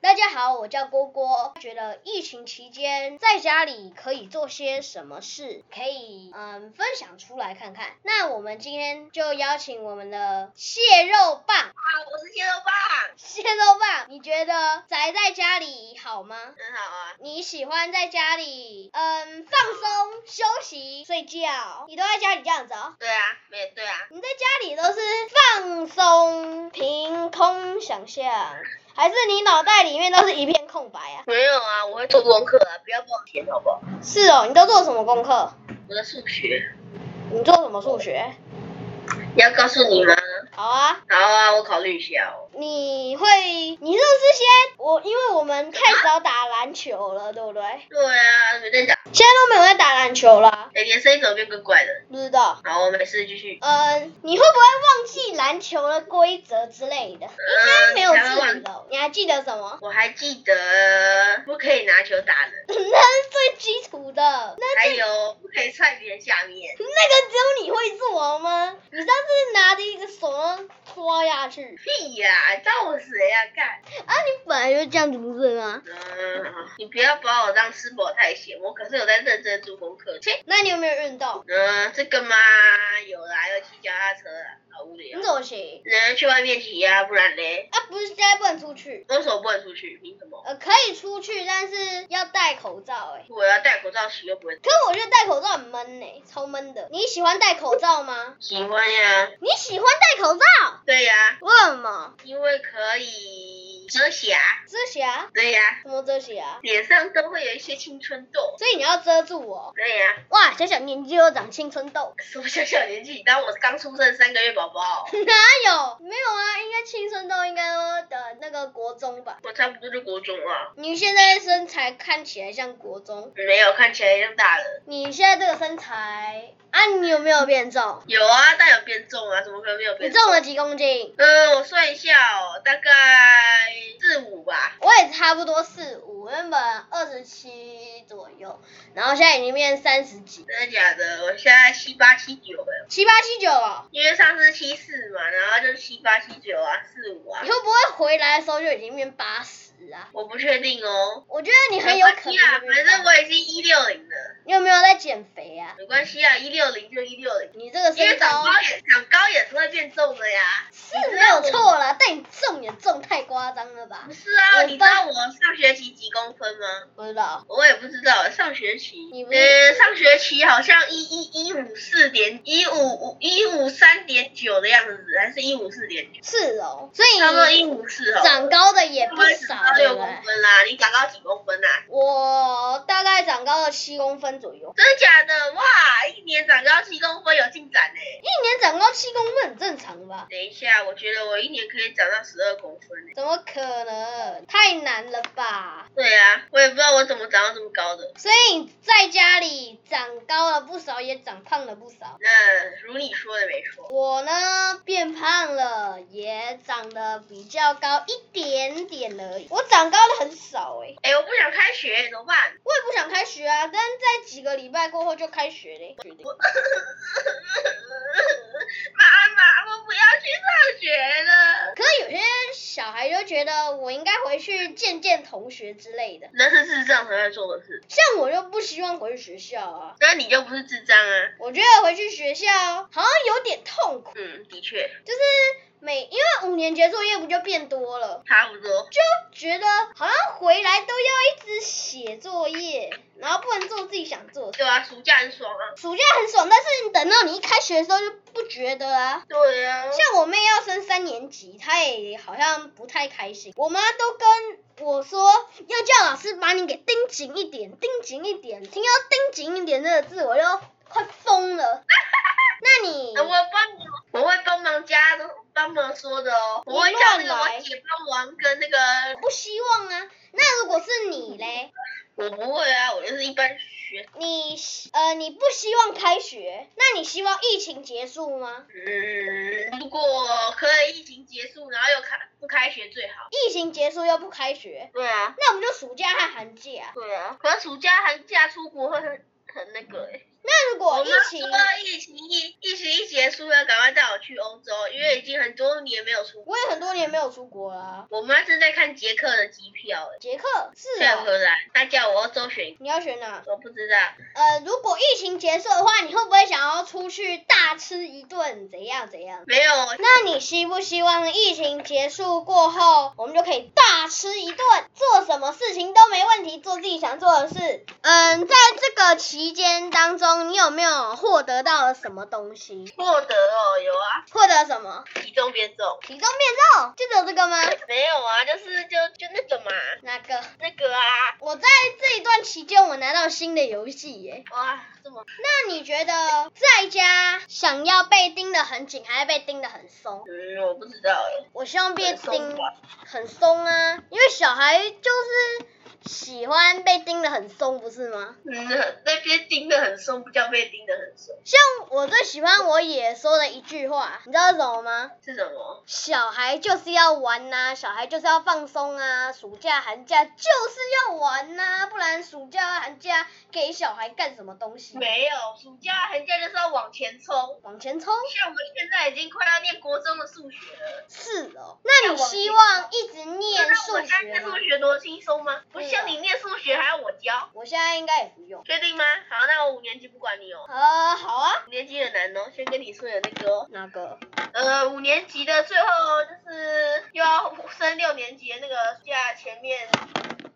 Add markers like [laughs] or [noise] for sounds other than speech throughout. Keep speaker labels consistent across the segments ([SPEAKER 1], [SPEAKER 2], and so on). [SPEAKER 1] 大家好，我叫郭郭。觉得疫情期间在家里可以做些什么事，可以嗯分享出来看看。那我们今天就邀请我们的蟹肉棒，
[SPEAKER 2] 啊，我是蟹肉棒，
[SPEAKER 1] 蟹肉棒，你觉得宅在家里好吗？
[SPEAKER 2] 很好啊。
[SPEAKER 1] 你喜欢在家里嗯放松、休息、睡觉？你都在家里这样子哦？
[SPEAKER 2] 对啊，没对啊，
[SPEAKER 1] 你在家里都是放松、凭空想象，还是你脑袋里面都是一片空白啊？
[SPEAKER 2] 没有啊，我会做功课啊，不要帮我填好不好？
[SPEAKER 1] 是哦，你都做什么功课？
[SPEAKER 2] 我的数学，
[SPEAKER 1] 你做什么数学？
[SPEAKER 2] 你要告诉你吗？
[SPEAKER 1] 好啊，
[SPEAKER 2] 好啊，我考虑一下哦。
[SPEAKER 1] 你会，你是不是先我？因为我们太少打篮球了，对不对？
[SPEAKER 2] 对啊，随便讲，
[SPEAKER 1] 现在都没有在打篮球啦，
[SPEAKER 2] 哎，你的声音怎么变怪怪的？
[SPEAKER 1] 不知道。
[SPEAKER 2] 好，我没事，继续。呃
[SPEAKER 1] 嗯，你会不会忘记篮球的规则之类的？
[SPEAKER 2] 嗯，
[SPEAKER 1] 没有
[SPEAKER 2] 你才会
[SPEAKER 1] 记
[SPEAKER 2] 忘
[SPEAKER 1] 理的，你还记得什么？ [laughs]
[SPEAKER 2] 我还记得不可以拿球打人，
[SPEAKER 1] 那是最基础的，那
[SPEAKER 2] 还有不可以踹别人下面。
[SPEAKER 1] 那个只有你会做吗？你上次拿着一个手抓下去，
[SPEAKER 2] 屁呀、你当我谁呀、干？
[SPEAKER 1] 你本来就这样子不是吗？
[SPEAKER 2] 嗯，好你不要把我当吃饱太闲，我可是有在认真做功课。切。
[SPEAKER 1] 那你有没有运动？
[SPEAKER 2] 嗯，这个嘛，有啦，要骑脚踏车啦，好无
[SPEAKER 1] 你
[SPEAKER 2] 聊
[SPEAKER 1] 怎。么行？
[SPEAKER 2] 人啊去外面骑啊，不然嘞，
[SPEAKER 1] 啊，不是现在不能出去，
[SPEAKER 2] 为什么不能出去？凭什么？
[SPEAKER 1] 呃，可以出去，但是要戴口罩、欸。哎，
[SPEAKER 2] 我要戴口罩骑又不会
[SPEAKER 1] 可我觉得戴口罩很闷呢、欸超闷的。你喜欢戴口罩吗？
[SPEAKER 2] 喜欢呀。
[SPEAKER 1] 你喜欢戴口罩？
[SPEAKER 2] 对呀、
[SPEAKER 1] 为什么？
[SPEAKER 2] 因为可以遮瑕。
[SPEAKER 1] 遮瑕？
[SPEAKER 2] 对呀、
[SPEAKER 1] 什么遮瑕？
[SPEAKER 2] 脸上都会有一些青春痘。
[SPEAKER 1] 所以你要遮住我。
[SPEAKER 2] 对呀、
[SPEAKER 1] 哇，小小年纪就长青春痘？
[SPEAKER 2] 什么小小年纪，你当我是刚出生三个月宝宝？
[SPEAKER 1] 哪有？没有啊，应该青春痘应该都的那个国中吧。
[SPEAKER 2] 我差不多就国中了，
[SPEAKER 1] 你现在身材看起来像国中，
[SPEAKER 2] 没有看起来像大人。
[SPEAKER 1] 你现在这个身材啊，你有没有变重？
[SPEAKER 2] 有啊，但有变重啊，怎么可能没有
[SPEAKER 1] 你
[SPEAKER 2] 变
[SPEAKER 1] 重了几公斤？
[SPEAKER 2] 嗯，我算一下哦，大概四五吧。
[SPEAKER 1] 我也差不多四五，原本二十七左右，然后现在已经变三十几，
[SPEAKER 2] 真的假的？我现在七八七九了，
[SPEAKER 1] 七八七九了。
[SPEAKER 2] 因为上次七四嘛，然后就七八七九啊，四五啊
[SPEAKER 1] 你，会不会回来的时候就已经变八十啊？
[SPEAKER 2] 我不确定哦。
[SPEAKER 1] 我觉得你很有可能会
[SPEAKER 2] 没关系啊，反
[SPEAKER 1] 变
[SPEAKER 2] 正
[SPEAKER 1] 80。
[SPEAKER 2] 我已经一六零了，
[SPEAKER 1] 你有没有在减肥啊？
[SPEAKER 2] 没关系啊，一六零就一六零，
[SPEAKER 1] 你这个
[SPEAKER 2] 因为
[SPEAKER 1] 身高
[SPEAKER 2] 长高也长高也是会变重的呀。
[SPEAKER 1] 是没有错啦，但你重也重太夸张了吧
[SPEAKER 2] 不？是啊，
[SPEAKER 1] 我
[SPEAKER 2] 你知道我上学期几公分吗？
[SPEAKER 1] 不知道，
[SPEAKER 2] 我也不知道，上学期，
[SPEAKER 1] 你不是
[SPEAKER 2] 呃，上学期好像一一一五四点一五五一五三点九的样子，还是一五四点九，
[SPEAKER 1] 是哦，所以
[SPEAKER 2] 差不多一五四哦。
[SPEAKER 1] 长高的也不少，
[SPEAKER 2] 长到
[SPEAKER 1] 对
[SPEAKER 2] 六
[SPEAKER 1] 不对
[SPEAKER 2] 公分啊啦，你长高几公分啊啦？
[SPEAKER 1] 我大概长高了七公分左右，
[SPEAKER 2] 真的假的？哇，一年长高七公分有进展呢、
[SPEAKER 1] 一年长高七公分很正常吧？
[SPEAKER 2] 等一下，我觉得我一年可以长到十二公分呢、
[SPEAKER 1] 怎么可能？太难了吧！
[SPEAKER 2] 对啊，我也不知道我怎么长到这么高的。
[SPEAKER 1] 所以你在家里长高了不少，也长胖了不少。
[SPEAKER 2] 那如你说的没错，
[SPEAKER 1] 我呢，变胖了，也长得比较高一点点而已。我长高的很少诶、
[SPEAKER 2] 哎、我不想开学、怎么办？
[SPEAKER 1] 我也不想开学啊，但在几个礼拜过后就开学嘞、
[SPEAKER 2] 妈妈，我不要去上学了。
[SPEAKER 1] 可是有些小孩就觉得我应该回去见见同学之类的，
[SPEAKER 2] 那是智障才会做的事，
[SPEAKER 1] 像我就不希望回学校啊。
[SPEAKER 2] 那你就不是智障啊。
[SPEAKER 1] 我觉得回去学校好像有点痛苦，
[SPEAKER 2] 嗯，的确，
[SPEAKER 1] 就是每因为五年级的作业不就变多了，
[SPEAKER 2] 差不多。
[SPEAKER 1] 觉得好像回来都要一直写作业，然后不能做自己想做的。
[SPEAKER 2] 对啊，暑假很爽啊。
[SPEAKER 1] 暑假很爽，但是你等到你一开学的时候就不觉得啊。
[SPEAKER 2] 对啊
[SPEAKER 1] 像我妹要升三年级，她也好像不太开心。我妈都跟我说，要叫老师把你给盯紧一点，盯紧一点。听到“盯紧一点”这个字，我就快疯了。那你
[SPEAKER 2] 呃我帮你，我会帮忙家帮忙说的哦，我会叫那个我姐帮忙跟那个，
[SPEAKER 1] 不希望啊。那如果是你嘞，
[SPEAKER 2] 我不会啊，我就是一般学，
[SPEAKER 1] 你希呃你不希望开学，那你希望疫情结束吗？
[SPEAKER 2] 嗯，如果可以疫情结束，然后又开不开学最好。
[SPEAKER 1] 疫情结束又不开学，
[SPEAKER 2] 对啊，
[SPEAKER 1] 那我们就暑假和寒假。
[SPEAKER 2] 对啊，可是暑假寒假出国会很很那个哎、
[SPEAKER 1] 那那如果
[SPEAKER 2] 我
[SPEAKER 1] 疫
[SPEAKER 2] 妈
[SPEAKER 1] 情，
[SPEAKER 2] 说疫情一疫情一结束要赶快带我去欧洲，因为已经很多年没有出国。
[SPEAKER 1] 我也很多年没有出国啦。
[SPEAKER 2] 我妈正在看捷克的机票，哎
[SPEAKER 1] 捷克是哦
[SPEAKER 2] 在
[SPEAKER 1] 啊，
[SPEAKER 2] 荷兰，她叫我要周旋，
[SPEAKER 1] 你要选哪？
[SPEAKER 2] 我不知道。
[SPEAKER 1] 呃，如果疫情结束的话，你会不会想要出去大吃一顿？怎样怎样？
[SPEAKER 2] 没有，
[SPEAKER 1] 那你希不希望疫情结束过后，我们就可以大吃一顿，做什么事情都没问题，做自己想做的事？嗯，在这个期间当中，你有没有获得到了什么东西？
[SPEAKER 2] 获得哦，有啊，
[SPEAKER 1] 获得什么？
[SPEAKER 2] 体重变重。
[SPEAKER 1] 体重变重，就只有这个吗？
[SPEAKER 2] 没有啊，就是就就那个嘛，
[SPEAKER 1] 哪个？
[SPEAKER 2] 那个啊，
[SPEAKER 1] 我在这一段期间，我拿到新的游戏耶。
[SPEAKER 2] 哇，这么，
[SPEAKER 1] 那你觉得在家想要被盯得很紧，还是被盯得很松？
[SPEAKER 2] 嗯，我不知道哎，
[SPEAKER 1] 我希望被盯
[SPEAKER 2] 松吧
[SPEAKER 1] 很松啊，因为小孩就是喜欢被盯得很松，不是吗？
[SPEAKER 2] 嗯，那边盯得很松，不叫被盯得很松，
[SPEAKER 1] 像我最喜欢我爷说的一句话，你知道是什么吗？
[SPEAKER 2] 是什么？
[SPEAKER 1] 小孩就是要玩呐、小孩就是要放松啊，暑假寒假就是要玩呐、不然暑假寒假给小孩干什么东西？
[SPEAKER 2] 没有，暑假寒假就是要往前冲。
[SPEAKER 1] 往前冲。
[SPEAKER 2] 像我们现在已经快要念国中的数学了，
[SPEAKER 1] 是哦，那你希望一直念
[SPEAKER 2] 那我
[SPEAKER 1] 数
[SPEAKER 2] 家
[SPEAKER 1] 学
[SPEAKER 2] 念
[SPEAKER 1] 吗
[SPEAKER 2] 数？学多轻松吗？不
[SPEAKER 1] 对啊
[SPEAKER 2] 像你念数学还要我教，
[SPEAKER 1] 我现在应该也不用。
[SPEAKER 2] 确定吗？好，那我五年级不管你哦。
[SPEAKER 1] 呃，好啊。
[SPEAKER 2] 五年级很难哦，先跟你说有那个、哦，
[SPEAKER 1] 哪个？
[SPEAKER 2] 呃，五年级的最后就是又要升六年级的那个暑假前面，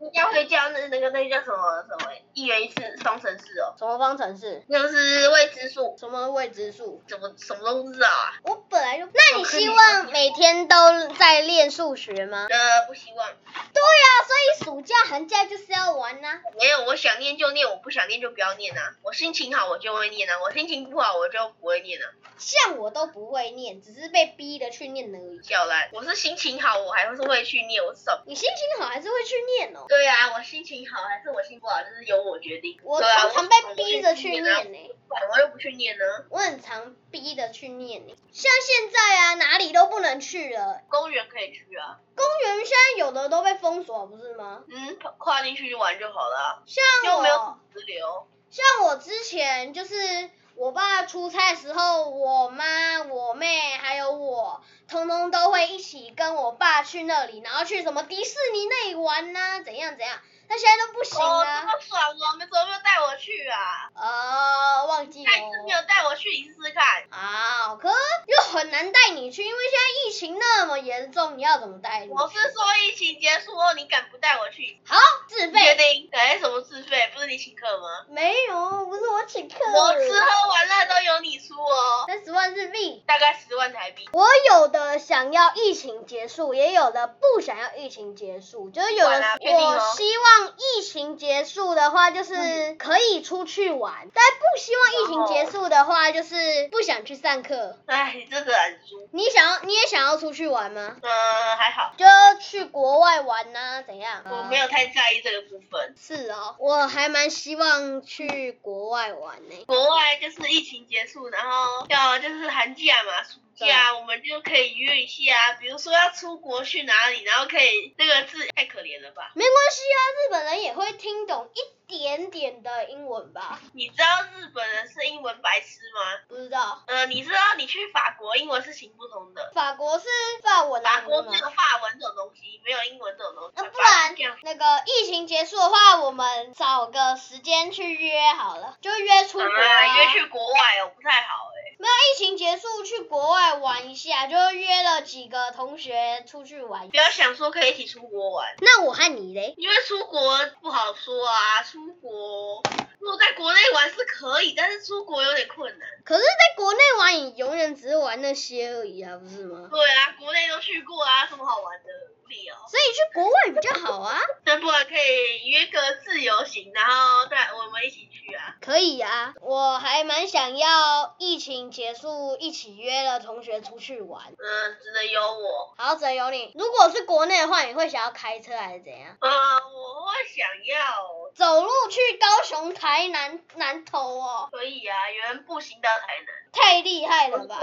[SPEAKER 2] 应该会叫那那个那个叫什么什么一元一次方程式哦，
[SPEAKER 1] 什么方程式？
[SPEAKER 2] 就是未知数，
[SPEAKER 1] 什么未知数？
[SPEAKER 2] 怎么什么都不知道啊？
[SPEAKER 1] 我本来就……那你希望每天都在练数学吗？
[SPEAKER 2] 呃，不希望，
[SPEAKER 1] 对啊呀、所以暑假寒假就是要玩啊呐、
[SPEAKER 2] 没有，我想念就念，我不想念就不要念啊。我心情好我就会念啊，我心情不好我就不会念啊。
[SPEAKER 1] 像我都不会念，只是被逼的去念而已。
[SPEAKER 2] 小兰，我是心情好我还是会去念，我少。
[SPEAKER 1] 你心情好还是会去念哦。
[SPEAKER 2] 对啊，我心情好还是我心情不好，就是由我决定。
[SPEAKER 1] 我
[SPEAKER 2] 对啊
[SPEAKER 1] 常常被逼着去念
[SPEAKER 2] 我
[SPEAKER 1] 呢、
[SPEAKER 2] 我又不去念呢、啊
[SPEAKER 1] 我很常逼着去念呢、像现在啊，哪里都不能去了，
[SPEAKER 2] 公园可以去啊，
[SPEAKER 1] 公园现在有的都被封锁，不是吗？
[SPEAKER 2] 嗯，跨进去玩就好了啊，
[SPEAKER 1] 像
[SPEAKER 2] 又没有
[SPEAKER 1] 我，
[SPEAKER 2] 土石流。
[SPEAKER 1] 像我之前就是我爸出差的时候，我妈、我妹还有我，通通都会一起跟我爸去那里，然后去什么迪士尼那里玩呐、怎样怎样。那现在都不行
[SPEAKER 2] 哦，
[SPEAKER 1] 啦、
[SPEAKER 2] 这么爽哦！你们怎么没有带我去啊？
[SPEAKER 1] 呃，忘记了
[SPEAKER 2] 下一次没有带我去，你试试看。
[SPEAKER 1] 啊，可又很难带你去，因为现在疫情那么严重，你要怎么带你？
[SPEAKER 2] 我是说疫情结束后，你敢不带我去？
[SPEAKER 1] 好，自
[SPEAKER 2] 确
[SPEAKER 1] 费
[SPEAKER 2] 定？哎，什么自费？不是你请客吗？
[SPEAKER 1] 没有，不是我请客，
[SPEAKER 2] 我吃喝玩乐都由你出哦，
[SPEAKER 1] 三十万日币。
[SPEAKER 2] 大概十万台币。
[SPEAKER 1] 我有的想要疫情结束，也有的不想要疫情结束，就是有
[SPEAKER 2] 管
[SPEAKER 1] 的
[SPEAKER 2] 啦确定
[SPEAKER 1] 我
[SPEAKER 2] 哦嗯
[SPEAKER 1] 希望疫情结束的话，就是可以出去玩，但不希望疫情结束的话，就是不想去上课。
[SPEAKER 2] 哎，你这个很猪。
[SPEAKER 1] 你想要，你也想要出去玩吗？
[SPEAKER 2] 嗯，还好，
[SPEAKER 1] 就去国外玩呐、怎样？
[SPEAKER 2] 我没有太在意这个部分。
[SPEAKER 1] 是哦，我还蛮希望去国外玩呢、
[SPEAKER 2] 国外就是疫情结束，然后要就是寒假嘛，暑假我们就可以约一下，比如说要出国去哪里，然后可以那个字太可怜了吧？
[SPEAKER 1] 没关系啊，日本人也会听懂一点点的英文吧？
[SPEAKER 2] 你知道日本人是英文白痴吗？
[SPEAKER 1] 不知道，
[SPEAKER 2] 呃，你知道你去法国英文是行不通的，
[SPEAKER 1] 法国是法文啊
[SPEAKER 2] 法国
[SPEAKER 1] 不
[SPEAKER 2] 只
[SPEAKER 1] 是吗
[SPEAKER 2] 有法文这种东西，没有英文这种东西。
[SPEAKER 1] 那不
[SPEAKER 2] 法国
[SPEAKER 1] 然
[SPEAKER 2] 这样
[SPEAKER 1] 那个疫情结束的话，我们找个时间去约好了，就约出国啊。
[SPEAKER 2] 啊，约去国外哦，不太好哎、
[SPEAKER 1] 没有疫情结束去国外玩一下，就约了几个同学出去玩
[SPEAKER 2] 不。要想说可以一起出国玩。
[SPEAKER 1] 那我和你嘞？
[SPEAKER 2] 因为出国不好说啊，出国如果在国内玩是可以，但是出国有点困难。
[SPEAKER 1] 可是，在国内玩，你永远只是玩那些而已啊，不是吗？
[SPEAKER 2] 对啊，国内都去过啊，什么好玩的？无聊。
[SPEAKER 1] 所以去国外比较好啊。
[SPEAKER 2] 那不然可以约个自由行，然后带我们一起去啊。
[SPEAKER 1] 可以啊，我还蛮想要疫情结束一起约了同学出去玩。
[SPEAKER 2] 嗯，只能有我。
[SPEAKER 1] 好，只有你。如果是国内的话，你会想要开车还是怎样？
[SPEAKER 2] 嗯，我会想要，
[SPEAKER 1] 走路去高雄、台南、南投哦，
[SPEAKER 2] 可以啊，有人步行到台南，
[SPEAKER 1] 太厉害了吧！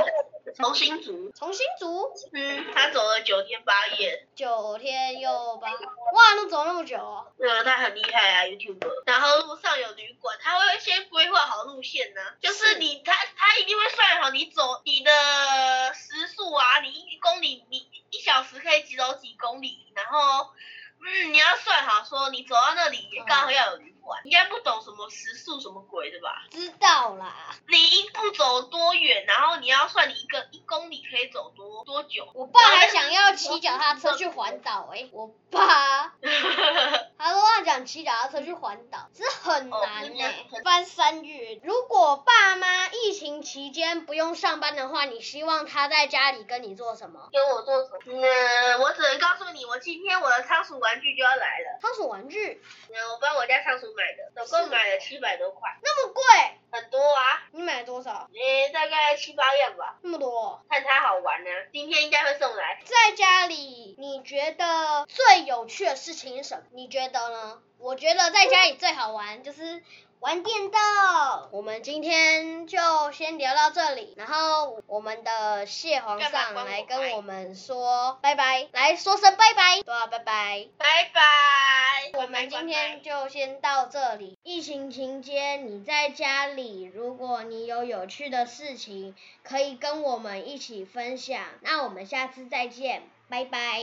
[SPEAKER 2] 从新竹，
[SPEAKER 1] 从新竹
[SPEAKER 2] 嗯，他走了九天八夜，
[SPEAKER 1] 九天又八，哇，那走那么久哦。
[SPEAKER 2] 呃，他很厉害啊，YouTube。然后路上有旅馆，他会先规划好路线呢、就是你他他一定会算好你走你的时速啊，你一公里你一小时可以几走几公里，然后嗯，你要算好说你走到那里刚好要有旅馆，应该不懂什么时速什么鬼的吧？
[SPEAKER 1] 知道啦，
[SPEAKER 2] 你一步走多远，然后你要算你一个一公里可以走多多久。
[SPEAKER 1] 我爸还想要骑脚踏车去环
[SPEAKER 2] [laughs]
[SPEAKER 1] 岛诶，我爸他说他想骑脚踏车去环岛，是很难呢、翻山越岭。如果爸妈疫情期间不用上班的话，你希望他在家里跟你做什么？
[SPEAKER 2] 跟我做什么？嗯，我只能告诉你，我今天我的仓鼠玩具就要来了。
[SPEAKER 1] 他说玩具
[SPEAKER 2] 嗯，我帮我家仓鼠买的，总共买了七百多块，
[SPEAKER 1] 那么贵，
[SPEAKER 2] 很多啊，
[SPEAKER 1] 你买了多少？
[SPEAKER 2] 诶、大概七八样吧。
[SPEAKER 1] 那么多，
[SPEAKER 2] 看它好玩呢、今天应该会送来。
[SPEAKER 1] 在家里你觉得最有趣的事情是什么？你觉得呢？我觉得在家里最好玩就是。玩电动，我们今天就先聊到这里，然后我们的蟹皇
[SPEAKER 2] 干嘛
[SPEAKER 1] 上
[SPEAKER 2] 关我
[SPEAKER 1] 来跟我们说拜拜，来说声拜拜，对啊，拜拜。
[SPEAKER 2] 拜拜。
[SPEAKER 1] 我们今天就先到这里。疫情期间，你在家里，如果你有有趣的事情，可以跟我们一起分享。那我们下次再见，拜拜。